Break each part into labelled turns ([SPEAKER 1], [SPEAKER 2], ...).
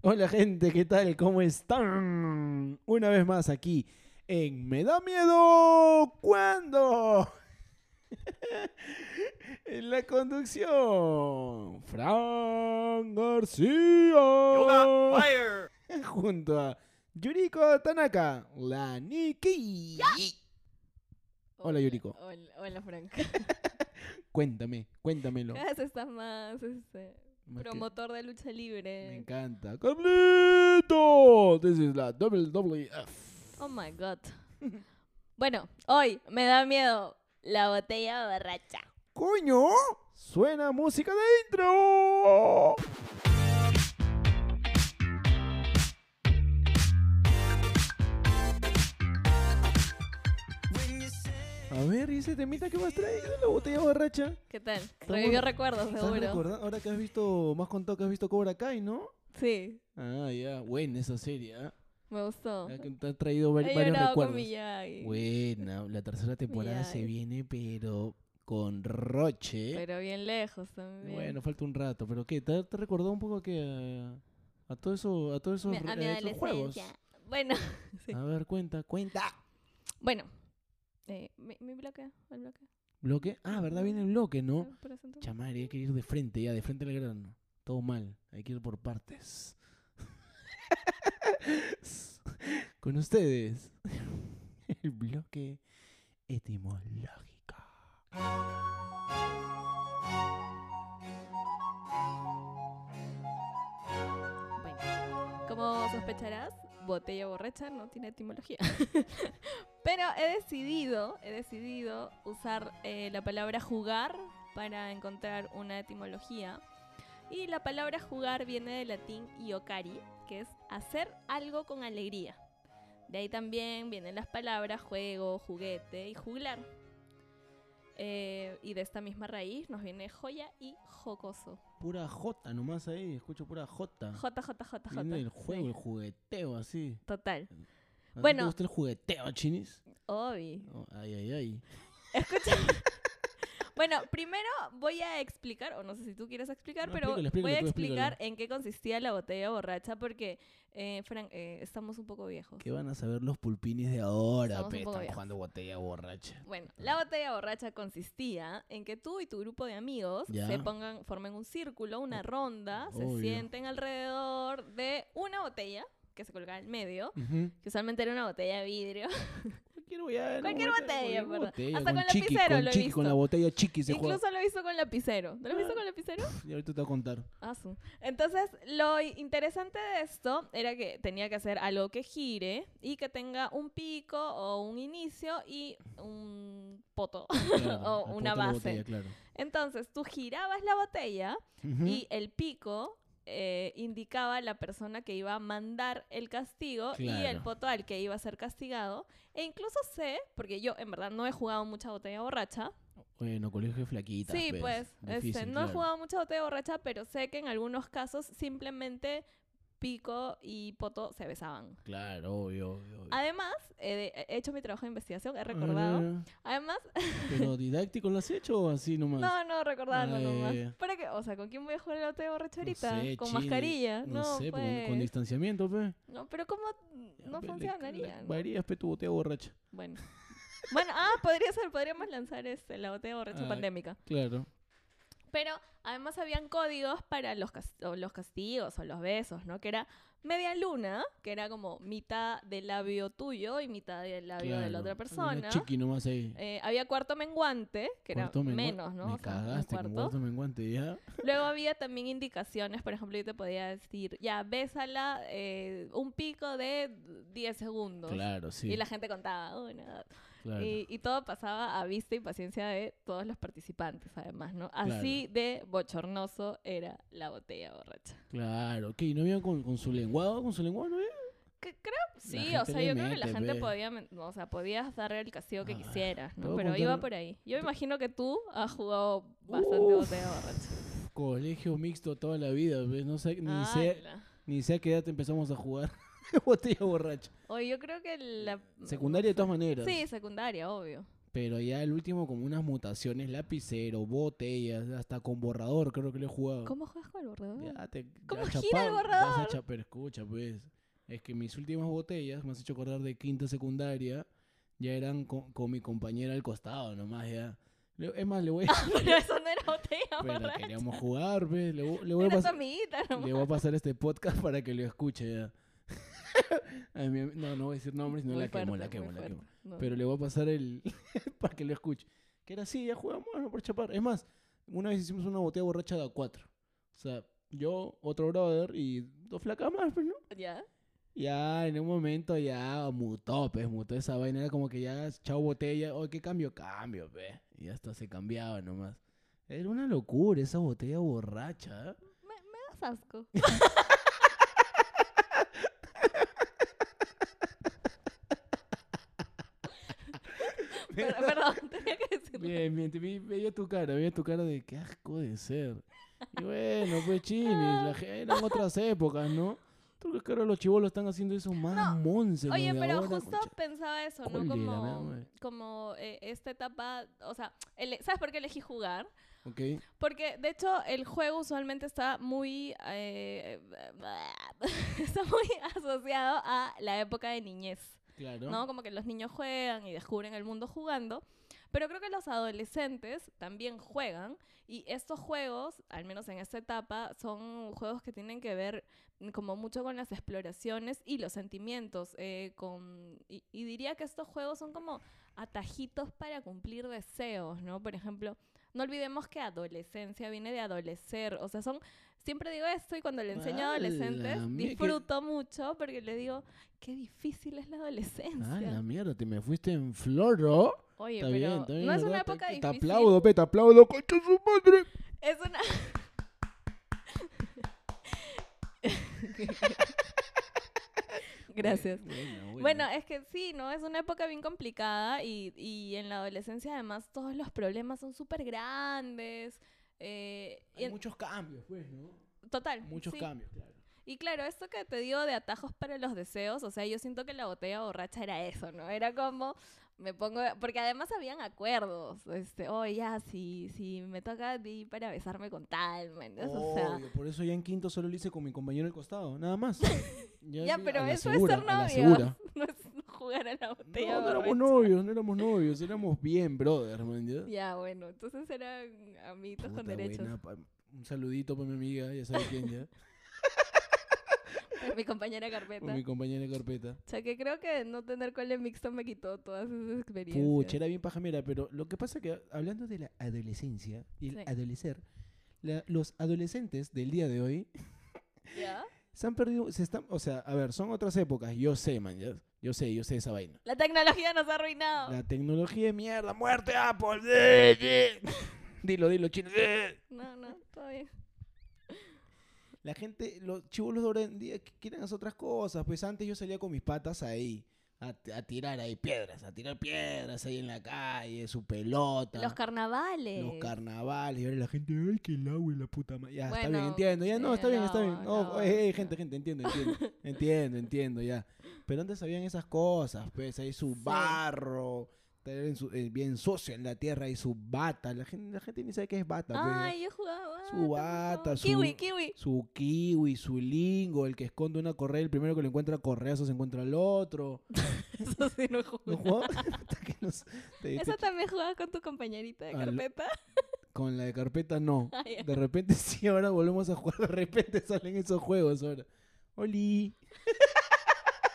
[SPEAKER 1] Hola gente, ¿qué tal? ¿Cómo están? Una vez más aquí en Me da miedo cuando en la conducción Fran García
[SPEAKER 2] Fire.
[SPEAKER 1] junto a Yuriko Tanaka, la Nikki. Hola, Yuriko.
[SPEAKER 3] Hola, hola, Frank.
[SPEAKER 1] Cuéntame, cuéntamelo.
[SPEAKER 3] Cada vez estás más este,
[SPEAKER 1] Más que-
[SPEAKER 3] promotor de lucha
[SPEAKER 1] Me
[SPEAKER 3] libre.
[SPEAKER 1] encanta. Carlito, this is la WWF.
[SPEAKER 3] Oh my god. Bueno, hoy me da miedo la botella borracha.
[SPEAKER 1] ¡Coño! Suena música de intro. A ver, ¿y ese temita que me has traído la botella borracha?
[SPEAKER 3] ¿Qué tal? Revivió recuerdos,
[SPEAKER 1] ¿Estás
[SPEAKER 3] seguro.
[SPEAKER 1] recordando? Ahora que has visto, más contado que has visto Cobra Kai, ¿no?
[SPEAKER 3] Sí,
[SPEAKER 1] Ah, ya, buena esa serie, ¿ah?
[SPEAKER 3] me gustó.
[SPEAKER 1] Ya que Te ha traído vari-
[SPEAKER 3] He
[SPEAKER 1] varios
[SPEAKER 3] llorado con
[SPEAKER 1] recuerdos.
[SPEAKER 3] Miyagi.
[SPEAKER 1] Buena, la tercera temporada se
[SPEAKER 3] Miyagi.
[SPEAKER 1] viene, pero con roche.
[SPEAKER 3] Pero bien lejos también.
[SPEAKER 1] ¿eh? Bueno, falta un rato, pero ¿qué? ¿Te, te recordó un poco que a, a todo eso, a todos pues esos,
[SPEAKER 3] Mi- a mi
[SPEAKER 1] re- a esos juegos?
[SPEAKER 3] adolescencia. Bueno, sí.
[SPEAKER 1] A ver, cuenta, cuenta.
[SPEAKER 3] bueno. Eh, ¿mi, mi bloque? ¿El bloque?
[SPEAKER 1] ¿Bloque? Ah, ¿verdad? Viene el bloque, ¿no?
[SPEAKER 3] Ah, por eso entonces.
[SPEAKER 1] Chamari, hay que ir de frente, ya, de frente al grano. Todo mal, hay que ir por partes. Con ustedes, el bloque etimológico.
[SPEAKER 3] Bueno, como sospecharás, botella borracha no tiene etimología. Pero he decidido, he decidido usar eh, la palabra jugar para encontrar una etimología. Y la palabra jugar viene del latín iocari, que es hacer algo con alegría. De ahí también vienen las palabras juego, juguete y juglar. Eh, y de esta misma raíz nos viene joya y jocoso.
[SPEAKER 1] Pura J nomás ahí, escucho pura J.
[SPEAKER 3] J, J, J, J.
[SPEAKER 1] Viene el
[SPEAKER 3] sí.
[SPEAKER 1] juego, el jugueteo, así.
[SPEAKER 3] Total.
[SPEAKER 1] ¿A ti te
[SPEAKER 3] Bueno.
[SPEAKER 1] gusta el jugueteo, chinis?
[SPEAKER 3] Obi.
[SPEAKER 1] Oh, ay, ay, ay.
[SPEAKER 3] Bueno, primero voy a explicar, o no sé si tú quieres explicar,
[SPEAKER 1] No,
[SPEAKER 3] pero
[SPEAKER 1] explícalo, explícalo,
[SPEAKER 3] voy a
[SPEAKER 1] tú
[SPEAKER 3] explicar
[SPEAKER 1] explícalo.
[SPEAKER 3] en qué consistía la botella borracha porque, eh, Frank, eh, estamos un poco viejos.
[SPEAKER 1] ¿Qué van a saber los pulpines de ahora?
[SPEAKER 3] Somos
[SPEAKER 1] pe?
[SPEAKER 3] un poco
[SPEAKER 1] Están
[SPEAKER 3] viejos.
[SPEAKER 1] jugando botella borracha.
[SPEAKER 3] Bueno, la botella borracha consistía en que tú y tu grupo de amigos
[SPEAKER 1] Ya.
[SPEAKER 3] se pongan, formen un círculo, una ronda,
[SPEAKER 1] obvio.
[SPEAKER 3] se sienten alrededor de una botella que se colgaba en medio, que usualmente era una botella de vidrio.
[SPEAKER 1] Cualquier, botella,
[SPEAKER 3] Cualquier botella,
[SPEAKER 1] cualquier
[SPEAKER 3] perdón.
[SPEAKER 1] botella,
[SPEAKER 3] Hasta con
[SPEAKER 1] chiqui,
[SPEAKER 3] lapicero
[SPEAKER 1] con
[SPEAKER 3] lo he
[SPEAKER 1] chiqui, Con la
[SPEAKER 3] visto.
[SPEAKER 1] botella chiqui se juega. Ah.
[SPEAKER 3] Incluso lo hizo con lapicero. ¿No lo has visto con lapicero?
[SPEAKER 1] Y ahorita te voy a contar.
[SPEAKER 3] Ah, su. Entonces, lo interesante de esto era que tenía que hacer algo que gire y que tenga un pico o un inicio y un poto.
[SPEAKER 1] Claro, apunta
[SPEAKER 3] O Oh, una
[SPEAKER 1] la
[SPEAKER 3] base.
[SPEAKER 1] botella, claro.
[SPEAKER 3] Entonces, tú girabas la botella
[SPEAKER 1] Ujú.
[SPEAKER 3] y el pico eh, indicaba a la persona que iba a mandar el castigo y el
[SPEAKER 1] Claro.
[SPEAKER 3] poto al que iba a ser castigado. E incluso sé, porque yo en verdad no he jugado mucha botella borracha,
[SPEAKER 1] Bueno, colegio de flaquitas.
[SPEAKER 3] Sí,
[SPEAKER 1] ves.
[SPEAKER 3] pues, este,
[SPEAKER 1] Difícil,
[SPEAKER 3] no he
[SPEAKER 1] claro.
[SPEAKER 3] jugado mucha botella borracha, pero sé que en algunos casos simplemente Pico y Poto se besaban.
[SPEAKER 1] Claro, obvio, obvio, obvio.
[SPEAKER 3] Además, he, de- he hecho mi trabajo de investigación, he
[SPEAKER 1] Ah,
[SPEAKER 3] recordado. Además,
[SPEAKER 1] ¿Pero didáctico lo has hecho o así nomás?
[SPEAKER 3] no, no, recordando
[SPEAKER 1] Ah, ya,
[SPEAKER 3] nomás.
[SPEAKER 1] ya, ya.
[SPEAKER 3] ¿Para qué? O sea, ¿con quién voy a jugar la botella borracha
[SPEAKER 1] No
[SPEAKER 3] ahorita?
[SPEAKER 1] sé,
[SPEAKER 3] con
[SPEAKER 1] chini,
[SPEAKER 3] mascarilla.
[SPEAKER 1] No,
[SPEAKER 3] No,
[SPEAKER 1] sé, pues, con,
[SPEAKER 3] pues.
[SPEAKER 1] distanciamiento, pe.
[SPEAKER 3] No, pero ¿cómo no
[SPEAKER 1] Pe, le-
[SPEAKER 3] funcionaría?
[SPEAKER 1] le-
[SPEAKER 3] no?
[SPEAKER 1] Varías, pe, tu botella borracha.
[SPEAKER 3] Bueno. Bueno, ah, podría ser, podríamos lanzar este, la botella borracha
[SPEAKER 1] Ah,
[SPEAKER 3] pandémica.
[SPEAKER 1] Claro.
[SPEAKER 3] Pero además habían códigos para los, cas- o los castigos o los besos, ¿no? Que era media luna, que era como mitad del labio tuyo y mitad del labio de la
[SPEAKER 1] claro.
[SPEAKER 3] otra
[SPEAKER 1] Una
[SPEAKER 3] persona.
[SPEAKER 1] chiqui nomás ahí.
[SPEAKER 3] Eh, había cuarto menguante, que
[SPEAKER 1] Cuarto
[SPEAKER 3] era
[SPEAKER 1] mengua-
[SPEAKER 3] menos, ¿no?
[SPEAKER 1] Me
[SPEAKER 3] O sea, un
[SPEAKER 1] cagaste con
[SPEAKER 3] cuarto.
[SPEAKER 1] cuarto menguante, ya.
[SPEAKER 3] Luego había también indicaciones, por ejemplo, yo te podía decir, ya, bésala eh, un pico de 10 segundos.
[SPEAKER 1] Claro, sí.
[SPEAKER 3] Y la gente contaba, una,
[SPEAKER 1] claro.
[SPEAKER 3] y, y todo pasaba a vista y paciencia de todos los participantes, además, ¿no? Así de bochornoso era la botella borracha.
[SPEAKER 1] Claro, ¿qué? ¿Y no había con, con su lenguado? ¿Con su lenguado no había?
[SPEAKER 3] Que creo, sí,
[SPEAKER 1] gente
[SPEAKER 3] o sea,
[SPEAKER 1] le
[SPEAKER 3] yo creo que la
[SPEAKER 1] mete,
[SPEAKER 3] gente
[SPEAKER 1] pe.
[SPEAKER 3] podía, men- o sea, podías darle el castigo que
[SPEAKER 1] Ah,
[SPEAKER 3] quisieras,
[SPEAKER 1] te voy
[SPEAKER 3] ¿no?
[SPEAKER 1] a
[SPEAKER 3] Pero
[SPEAKER 1] contar
[SPEAKER 3] iba
[SPEAKER 1] un-
[SPEAKER 3] por ahí. Yo me imagino que tú has jugado bastante
[SPEAKER 1] Uf.
[SPEAKER 3] botella borracha.
[SPEAKER 1] Colegio mixto toda la vida, pues, no sé, ni, sé,
[SPEAKER 3] Ala.
[SPEAKER 1] ni sé a qué edad empezamos a jugar botella borracha.
[SPEAKER 3] Oye, yo creo que la...
[SPEAKER 1] Secundaria de todas maneras.
[SPEAKER 3] Sí, secundaria, obvio.
[SPEAKER 1] Pero ya el último como unas mutaciones, lapicero, botellas, hasta con borrador creo que lo he jugado.
[SPEAKER 3] ¿Cómo juegas con el borrador?
[SPEAKER 1] Oh. Ya te, ya
[SPEAKER 3] ¿Cómo gira
[SPEAKER 1] chapado,
[SPEAKER 3] el
[SPEAKER 1] Vas a
[SPEAKER 3] borrador?
[SPEAKER 1] chapar, escucha pues. Es que mis últimas botellas, me has hecho acordar de quinta secundaria, ya eran con, con mi compañera al costado nomás ya. Le- Es más, le voy a...
[SPEAKER 3] Pero eso no era botella,
[SPEAKER 1] Pero
[SPEAKER 3] borracha.
[SPEAKER 1] queríamos jugar, pues. Le, vo- le voy a
[SPEAKER 3] Era tu
[SPEAKER 1] pasar...
[SPEAKER 3] amiguita nomás.
[SPEAKER 1] Le voy a pasar este podcast para que lo escuche. ya. A mi am- no, no voy a decir nombres, no
[SPEAKER 3] Muy
[SPEAKER 1] la quemo,
[SPEAKER 3] fuerte,
[SPEAKER 1] la
[SPEAKER 3] muy
[SPEAKER 1] quemo, la
[SPEAKER 3] fuerte.
[SPEAKER 1] quemo.
[SPEAKER 3] No.
[SPEAKER 1] Pero le voy a pasar el. para que lo escuche. Que era así, ya jugamos no por chapar. Es más, una vez hicimos una botella borracha de a cuatro. O sea, yo, otro brother y dos flacas más, pues, ¿no?
[SPEAKER 3] ¿Ya?
[SPEAKER 1] Ya, en un momento ya mutó, pues, mutó esa vaina. Era como que ya, chao botella. Oye, ¿qué cambio? Cambio, pues. Y hasta se cambiaba nomás. Era una locura esa botella borracha. ¿eh?
[SPEAKER 3] Me, me das asco. Per- perdón, tenía que decirlo.
[SPEAKER 1] Bien, bien, te vi- veía tu cara, veía tu cara de qué asco de ser. Y bueno, pues chinis, la ge- eran otras épocas, ¿no? Tú crees que ahora los chivolos están haciendo eso más
[SPEAKER 3] No.
[SPEAKER 1] monce.
[SPEAKER 3] Oye, pero justo pensaba eso, ¿no?
[SPEAKER 1] cólera, nada
[SPEAKER 3] Como,
[SPEAKER 1] más.
[SPEAKER 3] como eh, esta etapa, o sea, ele- ¿sabes por qué elegí jugar?
[SPEAKER 1] Ok,
[SPEAKER 3] Porque, de hecho, el juego usualmente está muy... eh, está muy asociado a la época de niñez.
[SPEAKER 1] claro.
[SPEAKER 3] ¿no? Como que los niños juegan y descubren el mundo jugando, pero creo que los adolescentes también juegan y estos juegos, al menos en esta etapa, son juegos que tienen que ver mm, como mucho con las exploraciones y los sentimientos, eh, con, y, y diría que estos juegos son como atajitos para cumplir deseos, ¿no? Por ejemplo, no olvidemos que adolescencia viene de adolecer, o sea, son... Siempre digo esto y cuando le enseño a
[SPEAKER 1] ¡Hala,
[SPEAKER 3] adolescentes
[SPEAKER 1] mira que-
[SPEAKER 3] disfruto mucho porque le digo, Qué difícil es la
[SPEAKER 1] Ah,
[SPEAKER 3] adolescencia.
[SPEAKER 1] la mierda, te me fuiste en floro.
[SPEAKER 3] Oye,
[SPEAKER 1] Está
[SPEAKER 3] pero
[SPEAKER 1] bien, está bien.
[SPEAKER 3] no es
[SPEAKER 1] ¿verdad?
[SPEAKER 3] una
[SPEAKER 1] Te-
[SPEAKER 3] época
[SPEAKER 1] te,
[SPEAKER 3] difícil.
[SPEAKER 1] Te aplaudo, pe, te aplaudo, concha de su madre.
[SPEAKER 3] Es una Gracias.
[SPEAKER 1] Buena, buena.
[SPEAKER 3] Bueno, es que sí, ¿no? Es una época bien complicada y, y en la adolescencia además todos los problemas son súper grandes. eh, y
[SPEAKER 1] Hay
[SPEAKER 3] en-
[SPEAKER 1] muchos cambios, pues, ¿no?
[SPEAKER 3] total.
[SPEAKER 1] Muchos
[SPEAKER 3] sí.
[SPEAKER 1] cambios, claro.
[SPEAKER 3] Y claro, esto que te digo de atajos para los deseos, o sea, yo siento que la botella borracha era eso, ¿no? Era como, me pongo, porque además habían acuerdos, este, oh, ya, si, si me toca a ti para besarme con tal, ¿me entiendes? O sea,
[SPEAKER 1] Obvio, por eso ya en quinto solo lo hice con mi compañero al costado, nada más.
[SPEAKER 3] ya,
[SPEAKER 1] vi-
[SPEAKER 3] pero
[SPEAKER 1] a la
[SPEAKER 3] eso
[SPEAKER 1] segura,
[SPEAKER 3] es ser
[SPEAKER 1] a la
[SPEAKER 3] novios,
[SPEAKER 1] segura.
[SPEAKER 3] no es jugar a la botella
[SPEAKER 1] No, no éramos
[SPEAKER 3] borracha.
[SPEAKER 1] novios, no éramos novios, éramos bien brother, man. ¿ya?
[SPEAKER 3] Ya, bueno, entonces eran amiguitos con
[SPEAKER 1] Puta,
[SPEAKER 3] derechos.
[SPEAKER 1] buena, pa- un saludito para mi amiga, ya sabe quién ya,
[SPEAKER 3] Mi compañera
[SPEAKER 1] por
[SPEAKER 3] Carpeta.
[SPEAKER 1] mi compañera de carpeta.
[SPEAKER 3] O sea, que creo que no tener cole mixto me quitó todas esas experiencias.
[SPEAKER 1] Pucha, era bien pajamera, pero lo que pasa que hablando de la adolescencia y el
[SPEAKER 3] Sí.
[SPEAKER 1] adolecer, la- los adolescentes del día de hoy
[SPEAKER 3] ¿Ya?
[SPEAKER 1] se han perdido, se están, o sea, a ver, son otras épocas, yo sé, man, ya, yo sé, yo sé esa vaina.
[SPEAKER 3] La tecnología nos ha arruinado.
[SPEAKER 1] La tecnología de mierda, muerte Apple. eh, eh. Dilo, dilo, chino. eh.
[SPEAKER 3] No, no, todo bien.
[SPEAKER 1] La gente, los chivolos de ahora en día qu- quieren hacer otras cosas. Pues antes yo salía con mis patas ahí, a, t- a tirar ahí piedras, a tirar piedras ahí en la calle, su pelota.
[SPEAKER 3] Los eh. carnavales.
[SPEAKER 1] los carnavales, y ahora la gente, ay, que el agua y la puta madre. Ya, está bien,
[SPEAKER 3] Bueno,
[SPEAKER 1] entiendo. Ya, no,
[SPEAKER 3] eh,
[SPEAKER 1] está bien, está
[SPEAKER 3] no,
[SPEAKER 1] bien. No,
[SPEAKER 3] no,
[SPEAKER 1] eh, eh,
[SPEAKER 3] no.
[SPEAKER 1] gente, gente, entiendo, entiendo. entiendo, entiendo, ya. Pero antes habían esas cosas, pues, ahí su
[SPEAKER 3] Sí.
[SPEAKER 1] barro, tener en su- eh, bien sucio en la tierra, y su bata. La gente, la gente ni sabe qué es bata, pues, ya.
[SPEAKER 3] Ay, yo jugaba.
[SPEAKER 1] Su
[SPEAKER 3] tampoco.
[SPEAKER 1] bata, su-
[SPEAKER 3] Kiwi, kiwi.
[SPEAKER 1] Su kiwi, su lingo, el que esconde una correa, el primero que lo encuentra correazo se encuentra al otro.
[SPEAKER 3] Eso sí no jugaba.
[SPEAKER 1] ¿No jugó? Puta, que no sé. Te- te-
[SPEAKER 3] Eso también jugaba con tu compañerita de
[SPEAKER 1] Ah, lo-
[SPEAKER 3] carpeta.
[SPEAKER 1] con la de carpeta no.
[SPEAKER 3] Ay,
[SPEAKER 1] De repente sí, ahora volvemos a jugar. De repente salen esos juegos ahora. Oli.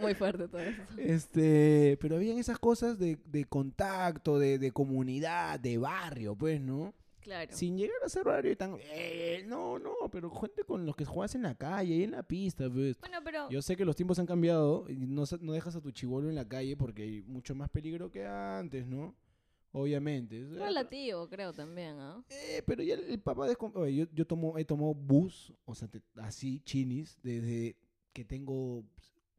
[SPEAKER 3] muy fuerte todo eso.
[SPEAKER 1] Este, pero habían esas cosas de, de contacto, de, de comunidad, de barrio, pues, ¿no?
[SPEAKER 3] Claro.
[SPEAKER 1] Sin llegar a ser barrio y tan... eh, no, no, pero gente con los que juegas en la calle y en la pista, pues.
[SPEAKER 3] Bueno, pero.
[SPEAKER 1] Yo sé que los tiempos han cambiado y no, sa- no dejas a tu chivolo en la calle porque hay mucho más peligro que antes, ¿no? Obviamente. O sea,
[SPEAKER 3] Relativo, creo también, ¿ah?
[SPEAKER 1] Eh, pero ya el papá descom- Oye, yo, yo tomo, he tomado bus, o sea, te- así, chinis, desde que tengo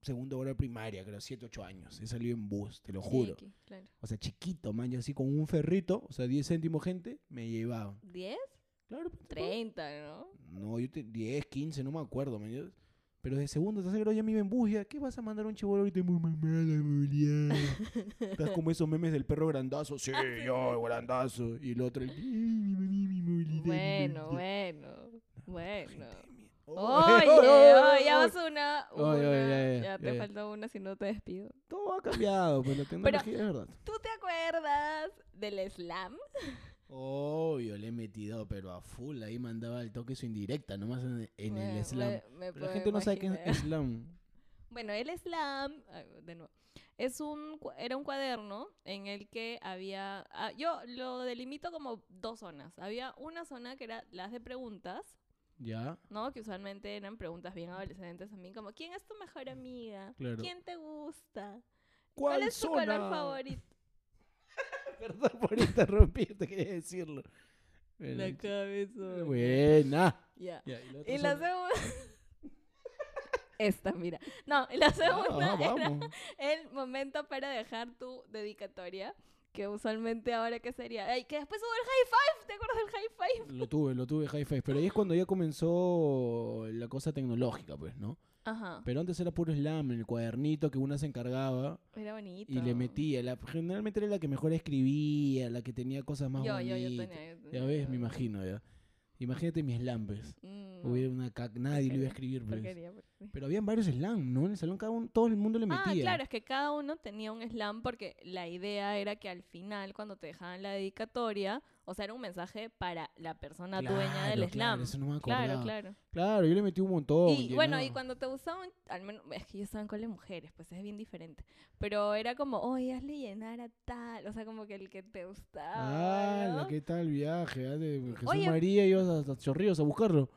[SPEAKER 1] segundo grado de primaria, creo, 7, 8 años. He salido en bus, te lo juro.
[SPEAKER 3] Chiqui, claro.
[SPEAKER 1] O sea, chiquito, man, yo así con un ferrito, o sea, 10 céntimos, gente, me llevaban.
[SPEAKER 3] ¿10?
[SPEAKER 1] Claro, pues, te puedo-
[SPEAKER 3] 30, ¿no?
[SPEAKER 1] No, yo te, 10, 15, no me acuerdo, man. yo- Pero de segundo, tercer grado ya me iba en bus. ya, ¿Qué vas a mandar un chivolo ahorita? Muy mamada, Julián. Estás como esos memes del perro grandazo. Sí, yo, el grandazo. Y el otro, el...
[SPEAKER 3] Bueno, bueno, bueno. Oye,
[SPEAKER 1] Oye,
[SPEAKER 3] oye, ya vas una, una.
[SPEAKER 1] Oye, oye, ya, ya,
[SPEAKER 3] ya
[SPEAKER 1] ya,
[SPEAKER 3] te
[SPEAKER 1] ya.
[SPEAKER 3] faltó una si no te despido.
[SPEAKER 1] Todo ha cambiado, pues la tecnología es verdad.
[SPEAKER 3] ¿Tú te acuerdas del slam?
[SPEAKER 1] Obvio, le he metido, pero a full. Ahí mandaba el toque su indirecta, nomás en, en
[SPEAKER 3] Bueno,
[SPEAKER 1] el slam.
[SPEAKER 3] me-
[SPEAKER 1] Pero la
[SPEAKER 3] me puedo
[SPEAKER 1] gente no sabe qué
[SPEAKER 3] imaginar.
[SPEAKER 1] es slam.
[SPEAKER 3] Bueno, el slam, ay, de nuevo, es un, cu- era un cuaderno en el que había, ah, yo lo delimito como dos zonas. Había una zona que era las de preguntas,
[SPEAKER 1] ¿Ya?
[SPEAKER 3] ¿no? Que usualmente eran preguntas bien adolescentes también, como ¿quién es tu mejor amiga?
[SPEAKER 1] Claro.
[SPEAKER 3] ¿Quién te gusta?
[SPEAKER 1] ¿Cuál,
[SPEAKER 3] es tu color favorito?
[SPEAKER 1] Perdón por interrumpir, te quería decirlo. Pero-
[SPEAKER 3] La cabeza.
[SPEAKER 1] Buena.
[SPEAKER 3] Ya.
[SPEAKER 1] Ya, y la otra
[SPEAKER 3] Y la
[SPEAKER 1] Eh, zona-
[SPEAKER 3] segunda... Esta, mira. No, y la segunda
[SPEAKER 1] Ah,
[SPEAKER 3] era-
[SPEAKER 1] vamos.
[SPEAKER 3] el momento para dejar tu dedicatoria. Que usualmente ahora que sería. Ay, que después hubo el high five. ¿Te acuerdas del high five?
[SPEAKER 1] Lo tuve, lo tuve high five. Pero ahí es cuando ya comenzó la cosa tecnológica, pues, ¿no?
[SPEAKER 3] Ajá.
[SPEAKER 1] Pero antes era puro slam, en el cuadernito que una se encargaba
[SPEAKER 3] Era bonito.
[SPEAKER 1] y le metía. La, generalmente era la que mejor escribía, la que tenía cosas más
[SPEAKER 3] Yo, yo,
[SPEAKER 1] bonitas.
[SPEAKER 3] yo tenía. yo
[SPEAKER 1] Ya
[SPEAKER 3] tenía,
[SPEAKER 1] ves,
[SPEAKER 3] yo-
[SPEAKER 1] me imagino, ya. Imagínate mis slampes.
[SPEAKER 3] Mm, no,
[SPEAKER 1] Hubiera una cac, nadie lo iba a escribir, pues.
[SPEAKER 3] porquería, porquería.
[SPEAKER 1] Pero habían varios slam, ¿no? En el salón cada uno, todo el mundo le metía.
[SPEAKER 3] Ah, claro, es que cada uno tenía un slam porque la idea era que al final, cuando te dejaban la dedicatoria, o sea, era un mensaje para la persona dueña del
[SPEAKER 1] Claro,
[SPEAKER 3] slam.
[SPEAKER 1] Claro, eso no me
[SPEAKER 3] claro,
[SPEAKER 1] acordaba.
[SPEAKER 3] claro.
[SPEAKER 1] Claro, yo le metí un montón.
[SPEAKER 3] Y bueno, y
[SPEAKER 1] llenaba.
[SPEAKER 3] cuando te usaban, al menos, es que yo estaba en colegio de mujeres, pues es bien diferente. Pero era como, oye, hazle llenar a tal, o sea, como que el que te gustaba.
[SPEAKER 1] Ah,
[SPEAKER 3] ¿no?
[SPEAKER 1] ¿qué tal viaje? ah, de Jesús
[SPEAKER 3] Oye.
[SPEAKER 1] María ibas hasta Chorrillos a buscarlo.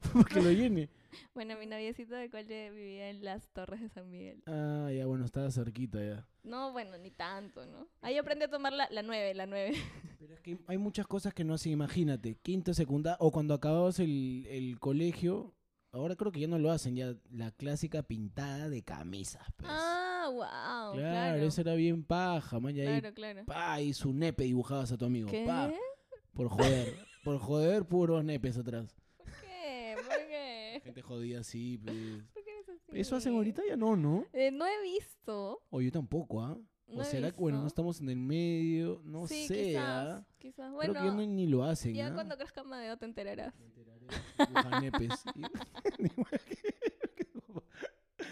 [SPEAKER 1] Para que lo llene.
[SPEAKER 3] Bueno, mi noviecito de cole vivía en las Torres de San Miguel.
[SPEAKER 1] Ah, ya bueno, estaba cerquita ya.
[SPEAKER 3] No, bueno, ni tanto, ¿no? Ahí
[SPEAKER 1] Este
[SPEAKER 3] aprendí a tomar la, la 9, la 9.
[SPEAKER 1] Pero es que hay muchas cosas que no así, imagínate. Quinto, secundaria, o cuando acababas el, el colegio, ahora creo que ya no lo hacen, ya la clásica pintada de camisas. pues.
[SPEAKER 3] Ah, wow.
[SPEAKER 1] claro,
[SPEAKER 3] Claro,
[SPEAKER 1] eso era bien paja, man, y ahí,
[SPEAKER 3] claro. claro.
[SPEAKER 1] pa, y su nepe dibujabas a tu amigo,
[SPEAKER 3] ¿Qué?
[SPEAKER 1] pa, por joder, por joder, puros nepes atrás.
[SPEAKER 3] ¿Por qué? ¿Por qué?
[SPEAKER 1] Gente jodida así, pues.
[SPEAKER 3] ¿Por qué eres así?
[SPEAKER 1] Eso hacen ahorita ya no, ¿no?
[SPEAKER 3] Eh, no he visto.
[SPEAKER 1] O yo tampoco, ¿ah?
[SPEAKER 3] No
[SPEAKER 1] o
[SPEAKER 3] he
[SPEAKER 1] será que, bueno, no
[SPEAKER 3] visto.
[SPEAKER 1] estamos en el medio, no
[SPEAKER 3] sí,
[SPEAKER 1] sé,
[SPEAKER 3] quizás.
[SPEAKER 1] ¿ah?
[SPEAKER 3] Quizás. Bueno,
[SPEAKER 1] Creo que ya no- ni lo hacen,
[SPEAKER 3] ya
[SPEAKER 1] ¿ah?
[SPEAKER 3] cuando crezca Madeo te enterarás.
[SPEAKER 1] Me enteraré que dibujan nepes. Y-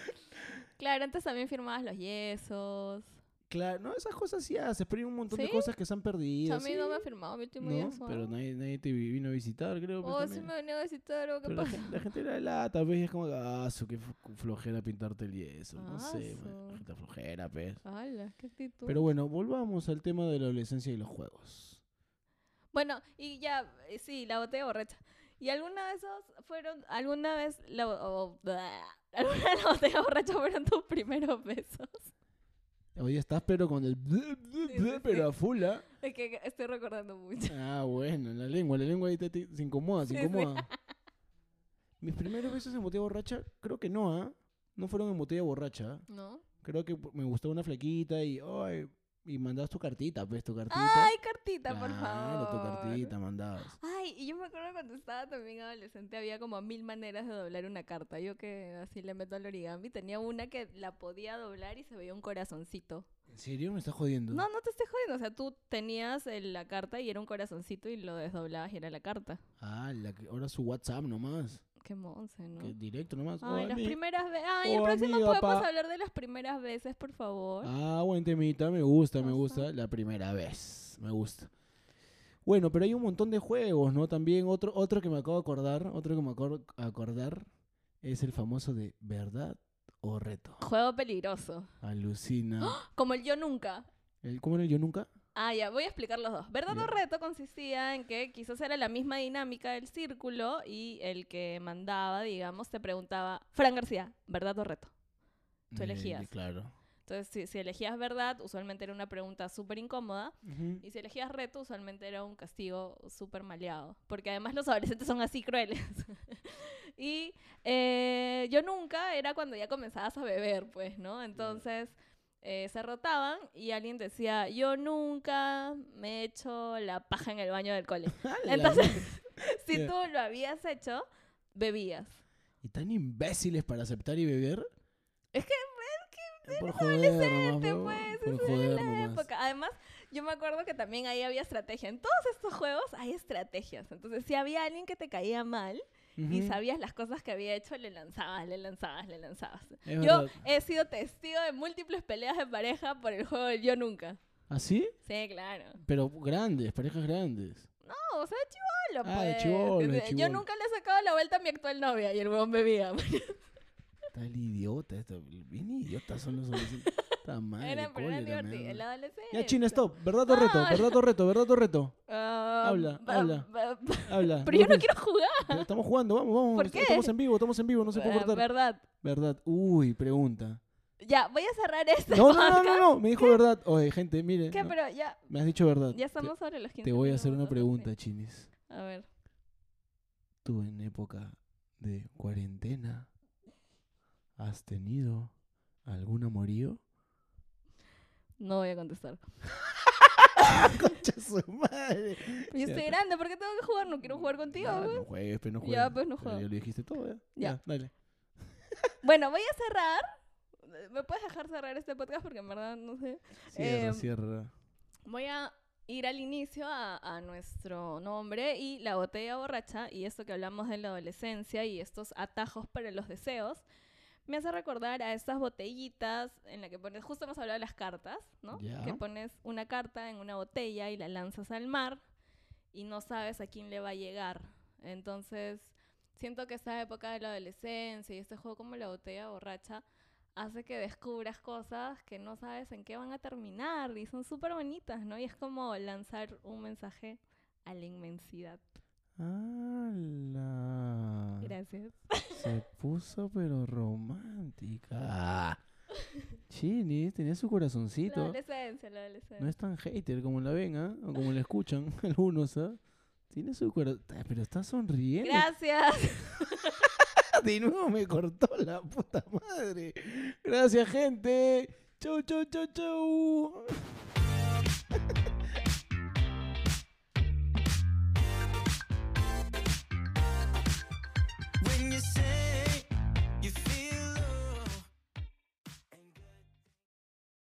[SPEAKER 3] Claro, antes también firmabas los yesos.
[SPEAKER 1] claro, no, esas cosas sí haces, pero hay un montón
[SPEAKER 3] ¿Sí?
[SPEAKER 1] de cosas que se han
[SPEAKER 3] O sea,
[SPEAKER 1] perdido.
[SPEAKER 3] a mí
[SPEAKER 1] sí.
[SPEAKER 3] no me ha firmado mi último
[SPEAKER 1] No,
[SPEAKER 3] yeso.
[SPEAKER 1] pero
[SPEAKER 3] ¿ah?
[SPEAKER 1] nadie, nadie te vi- vino a visitar, creo. pues,
[SPEAKER 3] Oh, sí
[SPEAKER 1] también.
[SPEAKER 3] me venía a visitar algo, ¿qué
[SPEAKER 1] Pero la,
[SPEAKER 3] pasa?
[SPEAKER 1] gen- la gente era de lata, ¿ves? Y es como, ah, su, qué fu- flojera pintarte el yeso.
[SPEAKER 3] Ah,
[SPEAKER 1] No sé, man,
[SPEAKER 3] Asu.
[SPEAKER 1] la gente flojera, pues. ¿ves?
[SPEAKER 3] Ala, qué actitud.
[SPEAKER 1] Pero bueno, volvamos al tema de la adolescencia y los juegos.
[SPEAKER 3] Bueno, y ya, eh, sí, la botella borracha. ¿Y alguna de esos fueron, alguna vez, la, o- bla, alguna de las botellas borrachas fueron tus primeros besos?
[SPEAKER 1] Hoy estás pero con el blu, blu,
[SPEAKER 3] Sí,
[SPEAKER 1] blu,
[SPEAKER 3] sí, sí.
[SPEAKER 1] pero a full, ¿ah?
[SPEAKER 3] Es que estoy recordando mucho.
[SPEAKER 1] Ah, bueno, la lengua, la lengua ahí te, te- se incomoda, se
[SPEAKER 3] Sí, sí.
[SPEAKER 1] incomoda. Mis primeros besos en botella borracha, creo que no, ¿ah? No fueron en botella borracha. ¿ah?
[SPEAKER 3] ¿No?
[SPEAKER 1] Creo que me gustó una flequita y, ay, y mandabas tu cartita, pues, tu cartita.
[SPEAKER 3] Ay, cartita,
[SPEAKER 1] claro,
[SPEAKER 3] por favor.
[SPEAKER 1] tu cartita mandabas.
[SPEAKER 3] Ay, y yo me acuerdo cuando estaba también adolescente, había como mil maneras de doblar una carta. Yo que así le meto al origami, tenía una que la podía doblar y se veía un corazoncito.
[SPEAKER 1] ¿En serio? ¿Me estás jodiendo?
[SPEAKER 3] No, no te estoy jodiendo. O sea, tú tenías el- la carta y era un corazoncito y lo desdoblabas y era la carta.
[SPEAKER 1] Ah, la que- ahora su WhatsApp nomás.
[SPEAKER 3] Qué monse, ¿no?
[SPEAKER 1] que directo nomás.
[SPEAKER 3] Ah. Ay,
[SPEAKER 1] Oh,
[SPEAKER 3] las
[SPEAKER 1] mi-
[SPEAKER 3] primeras veces. Ay, el
[SPEAKER 1] Oh,
[SPEAKER 3] próximo
[SPEAKER 1] amiga,
[SPEAKER 3] podemos
[SPEAKER 1] pa.
[SPEAKER 3] hablar de las primeras veces, por favor.
[SPEAKER 1] Ah, buen temita, me gusta, me
[SPEAKER 3] Ajá.
[SPEAKER 1] gusta. La primera vez, me gusta. Bueno, pero hay un montón de juegos, ¿no? También otro, otro que me acabo de acordar, otro que me acabo de acordar es el famoso de verdad o reto.
[SPEAKER 3] Juego peligroso.
[SPEAKER 1] Alucina.
[SPEAKER 3] Como el yo nunca.
[SPEAKER 1] El- ¿Cómo era el yo nunca?
[SPEAKER 3] Ah, ya, voy a explicar los dos. ¿Verdad
[SPEAKER 1] Ya.
[SPEAKER 3] o reto consistía en que quizás era la misma dinámica del círculo y el que mandaba, digamos, te preguntaba, Fran García, ¿verdad o reto? Tú
[SPEAKER 1] Eh,
[SPEAKER 3] elegías.
[SPEAKER 1] claro.
[SPEAKER 3] Entonces, si, si elegías verdad, usualmente era una pregunta súper incómoda. Y si elegías reto, usualmente era un castigo súper maleado. Porque además los adolescentes son así crueles. y eh, yo nunca era cuando ya comenzabas a beber, pues, ¿no? Entonces eh, se rotaban y alguien decía, yo nunca me he hecho la paja en el baño del cole.
[SPEAKER 1] ¡A la
[SPEAKER 3] Entonces,
[SPEAKER 1] madre!
[SPEAKER 3] si
[SPEAKER 1] Ya.
[SPEAKER 3] tú lo habías hecho, bebías.
[SPEAKER 1] y tan imbéciles para aceptar y beber.
[SPEAKER 3] Es que,
[SPEAKER 1] es por joder, nomás,
[SPEAKER 3] Te
[SPEAKER 1] bro,
[SPEAKER 3] puedes
[SPEAKER 1] por
[SPEAKER 3] hacer en
[SPEAKER 1] joder
[SPEAKER 3] pues, la
[SPEAKER 1] nomás.
[SPEAKER 3] época. Además, yo me acuerdo que también ahí había estrategia. En todos estos juegos hay estrategias. Entonces, si había alguien que te caía mal y
[SPEAKER 1] Ujú,
[SPEAKER 3] sabías las cosas que había hecho, le lanzabas, le lanzabas, le lanzabas.
[SPEAKER 1] es
[SPEAKER 3] Yo
[SPEAKER 1] verdad.
[SPEAKER 3] he sido testigo de múltiples peleas de pareja por el juego del Yo Nunca.
[SPEAKER 1] ¿Así?
[SPEAKER 3] Sí, claro.
[SPEAKER 1] ¿Ah, Pero grandes, parejas grandes.
[SPEAKER 3] No, o sea, chivolo,
[SPEAKER 1] Ah, de
[SPEAKER 3] pues.
[SPEAKER 1] chibolo, de
[SPEAKER 3] Yo
[SPEAKER 1] chibolo.
[SPEAKER 3] nunca le he sacado la vuelta a mi actual novia y el huevón bebía.
[SPEAKER 1] Tal idiota, esto, bien idiotas son los adolescentes. Puta madre,
[SPEAKER 3] Era, pero era
[SPEAKER 1] cólera, me
[SPEAKER 3] divertido,
[SPEAKER 1] da.
[SPEAKER 3] el adolescente.
[SPEAKER 1] Ya, China, stop. Verdad o reto,
[SPEAKER 3] No,
[SPEAKER 1] verdad o reto, verdad o reto.
[SPEAKER 3] Ah,
[SPEAKER 1] Habla,
[SPEAKER 3] ba-
[SPEAKER 1] habla.
[SPEAKER 3] ba- ba-
[SPEAKER 1] Habla.
[SPEAKER 3] Pero yo no
[SPEAKER 1] pienses.
[SPEAKER 3] quiero jugar.
[SPEAKER 1] Pero Estamos jugando, vamos, vamos.
[SPEAKER 3] ¿Por
[SPEAKER 1] est-
[SPEAKER 3] qué?
[SPEAKER 1] Estamos en vivo, estamos en vivo, no se puede
[SPEAKER 3] Ah,
[SPEAKER 1] cortar.
[SPEAKER 3] verdad.
[SPEAKER 1] verdad. Uy, pregunta.
[SPEAKER 3] Ya, voy a cerrar este
[SPEAKER 1] No, no, no,
[SPEAKER 3] podcast.
[SPEAKER 1] no, no, me dijo verdad. Oye, gente, mire.
[SPEAKER 3] ¿Qué?
[SPEAKER 1] no,
[SPEAKER 3] Pero ya,
[SPEAKER 1] Me has dicho verdad. Te-
[SPEAKER 3] ya estamos sobre los 15
[SPEAKER 1] Te, voy a hacer una
[SPEAKER 3] minutos,
[SPEAKER 1] pregunta,
[SPEAKER 3] sí.
[SPEAKER 1] Chinis.
[SPEAKER 3] A ver.
[SPEAKER 1] Tú en época de cuarentena, ¿has tenido algún amorío?
[SPEAKER 3] No voy a contestar.
[SPEAKER 1] Concha su madre.
[SPEAKER 3] Yo
[SPEAKER 1] Ya,
[SPEAKER 3] estoy
[SPEAKER 1] pe-
[SPEAKER 3] grande, ¿por qué tengo que jugar? No quiero jugar contigo,
[SPEAKER 1] Ya,
[SPEAKER 3] güey.
[SPEAKER 1] No juegues, pero no
[SPEAKER 3] Ya,
[SPEAKER 1] juegues.
[SPEAKER 3] pues, no
[SPEAKER 1] Pero
[SPEAKER 3] juego.
[SPEAKER 1] Ya lo dijiste todo, ¿eh?
[SPEAKER 3] Ya.
[SPEAKER 1] dale.
[SPEAKER 3] Bueno, voy a cerrar. ¿Me puedes dejar cerrar este podcast? Porque en verdad no sé.
[SPEAKER 1] Cierra,
[SPEAKER 3] Em,
[SPEAKER 1] cierra.
[SPEAKER 3] Voy a ir al inicio a, a nuestro nombre y la botella borracha y esto que hablamos de la adolescencia y estos atajos para los deseos. Me hace recordar a estas botellitas en la que pones, justo hemos hablado de las cartas, ¿no?
[SPEAKER 1] Ya.
[SPEAKER 3] Que pones una carta en una botella y la lanzas al mar y no sabes a quién le va a llegar. Entonces, siento que esta época de la adolescencia y este juego como la botella borracha hace que descubras cosas que no sabes en qué van a terminar y son súper bonitas, ¿no? Y es como lanzar un mensaje a la inmensidad.
[SPEAKER 1] ¡Hala!
[SPEAKER 3] Gracias.
[SPEAKER 1] Se puso pero romántica. Chini tenía su
[SPEAKER 3] La
[SPEAKER 1] corazoncito.
[SPEAKER 3] adolescencia, la adolescencia.
[SPEAKER 1] No es tan hater como la ven, ¿ah? O como la escuchan algunos, ¿ah? Tiene su corazón. Pero está sonriendo.
[SPEAKER 3] Gracias.
[SPEAKER 1] De nuevo me cortó la puta madre. Gracias, gente. Chau, chau, chau, chau.